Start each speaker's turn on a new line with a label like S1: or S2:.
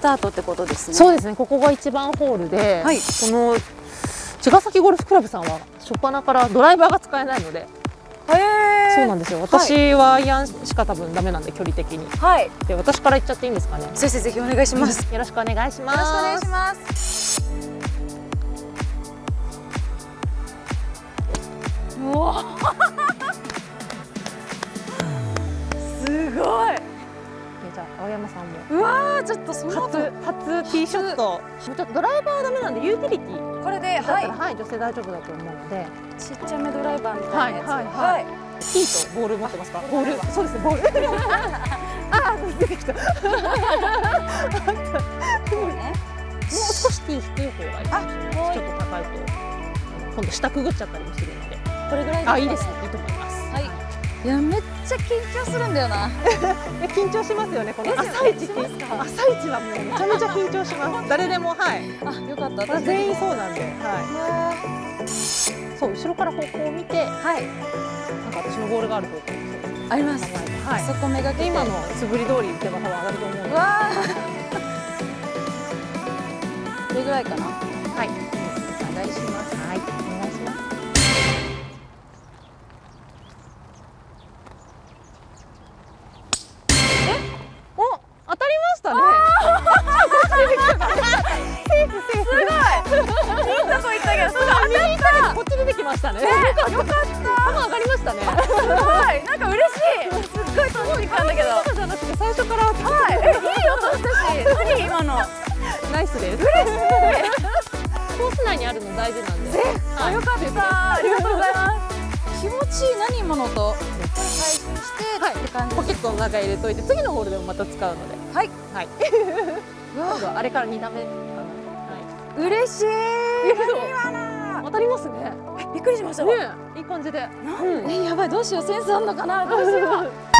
S1: タートってことですね
S2: そうですねここが1番ホールで、
S1: はい
S2: この茅ヶ崎ゴルフクラブさんは初っ端からドライバーが使えないので、
S1: へえ
S2: そうなんですよ私はアイアンしか多分ダメなんで距離的に
S1: はい
S2: で私から言っちゃっていいんですかね
S1: 先生ぜひお願いしますよ
S2: よろしくお願いしま
S1: ろ
S2: す
S1: しくお願いしますうわすごい
S2: じゃあ青山さん
S1: う
S2: も
S1: わーちょっとその後
S2: 初初ティーショットもうちょっとドライバーはダメなんでユーティリティ
S1: これで
S2: だった
S1: はい
S2: ら、はい、女性大丈夫だと思うので
S1: ちっちゃめドライバーみたいなやつ
S2: はいはい
S1: い
S2: ティーとボール持ってますかボールそうですねボール あー出てきたもう
S1: そうね
S2: 少しティー低い方がいいかも
S1: あ
S2: しれ
S1: はい
S2: ないですちょっと高いと今度下くぐっちゃったりもするので
S1: これぐらい
S2: あいいですねいいと思います
S1: はいいやめっちゃ緊張するんだよな
S2: で緊張しますよねこ
S1: です
S2: の
S1: よね
S2: 朝一っ
S1: してますか
S2: 朝一はもうめちゃめちゃ緊張します 誰でもはい
S1: あよかった
S2: これ
S1: 私
S2: 全員そうなんでは
S1: はい
S2: そう後ろからこうこう見て
S1: はい
S2: なんか私のボールがある方向に
S1: あります
S2: は
S1: あ
S2: い
S1: そこめがけ
S2: で
S1: て
S2: 今の素振り通り打てば多分上がると思う の
S1: う
S2: で
S1: わーこれぐらいかな
S2: はいお願いしますはいお願いしますお当たりましたね
S1: 聞いたと言ったけどすごい
S2: こっち出てきましたね
S1: よかった
S2: 球上がりま したね
S1: すごいなんか嬉しいすっごい飛んできたんだけど
S2: そうじゃなくて最初から
S1: はいえいい音したし何今の
S2: ナイスですコース内にあるの大事なんで
S1: あ
S2: はい
S1: よかった。ありがとうございます。気持ちいい。何今の音。これ回収して、
S2: はい
S1: って感じ。
S2: ポケットの中に入れといて次のホールでもまた使うので
S1: はい。
S2: はい
S1: わ
S2: 今度はあれから2打目かなは
S1: 嬉しい。
S2: いいけど
S1: な
S2: 当たりますね
S1: えびっくりしました。
S2: ねいい感じで
S1: なんえやばいどうしようセンスあんのかなどうしよう。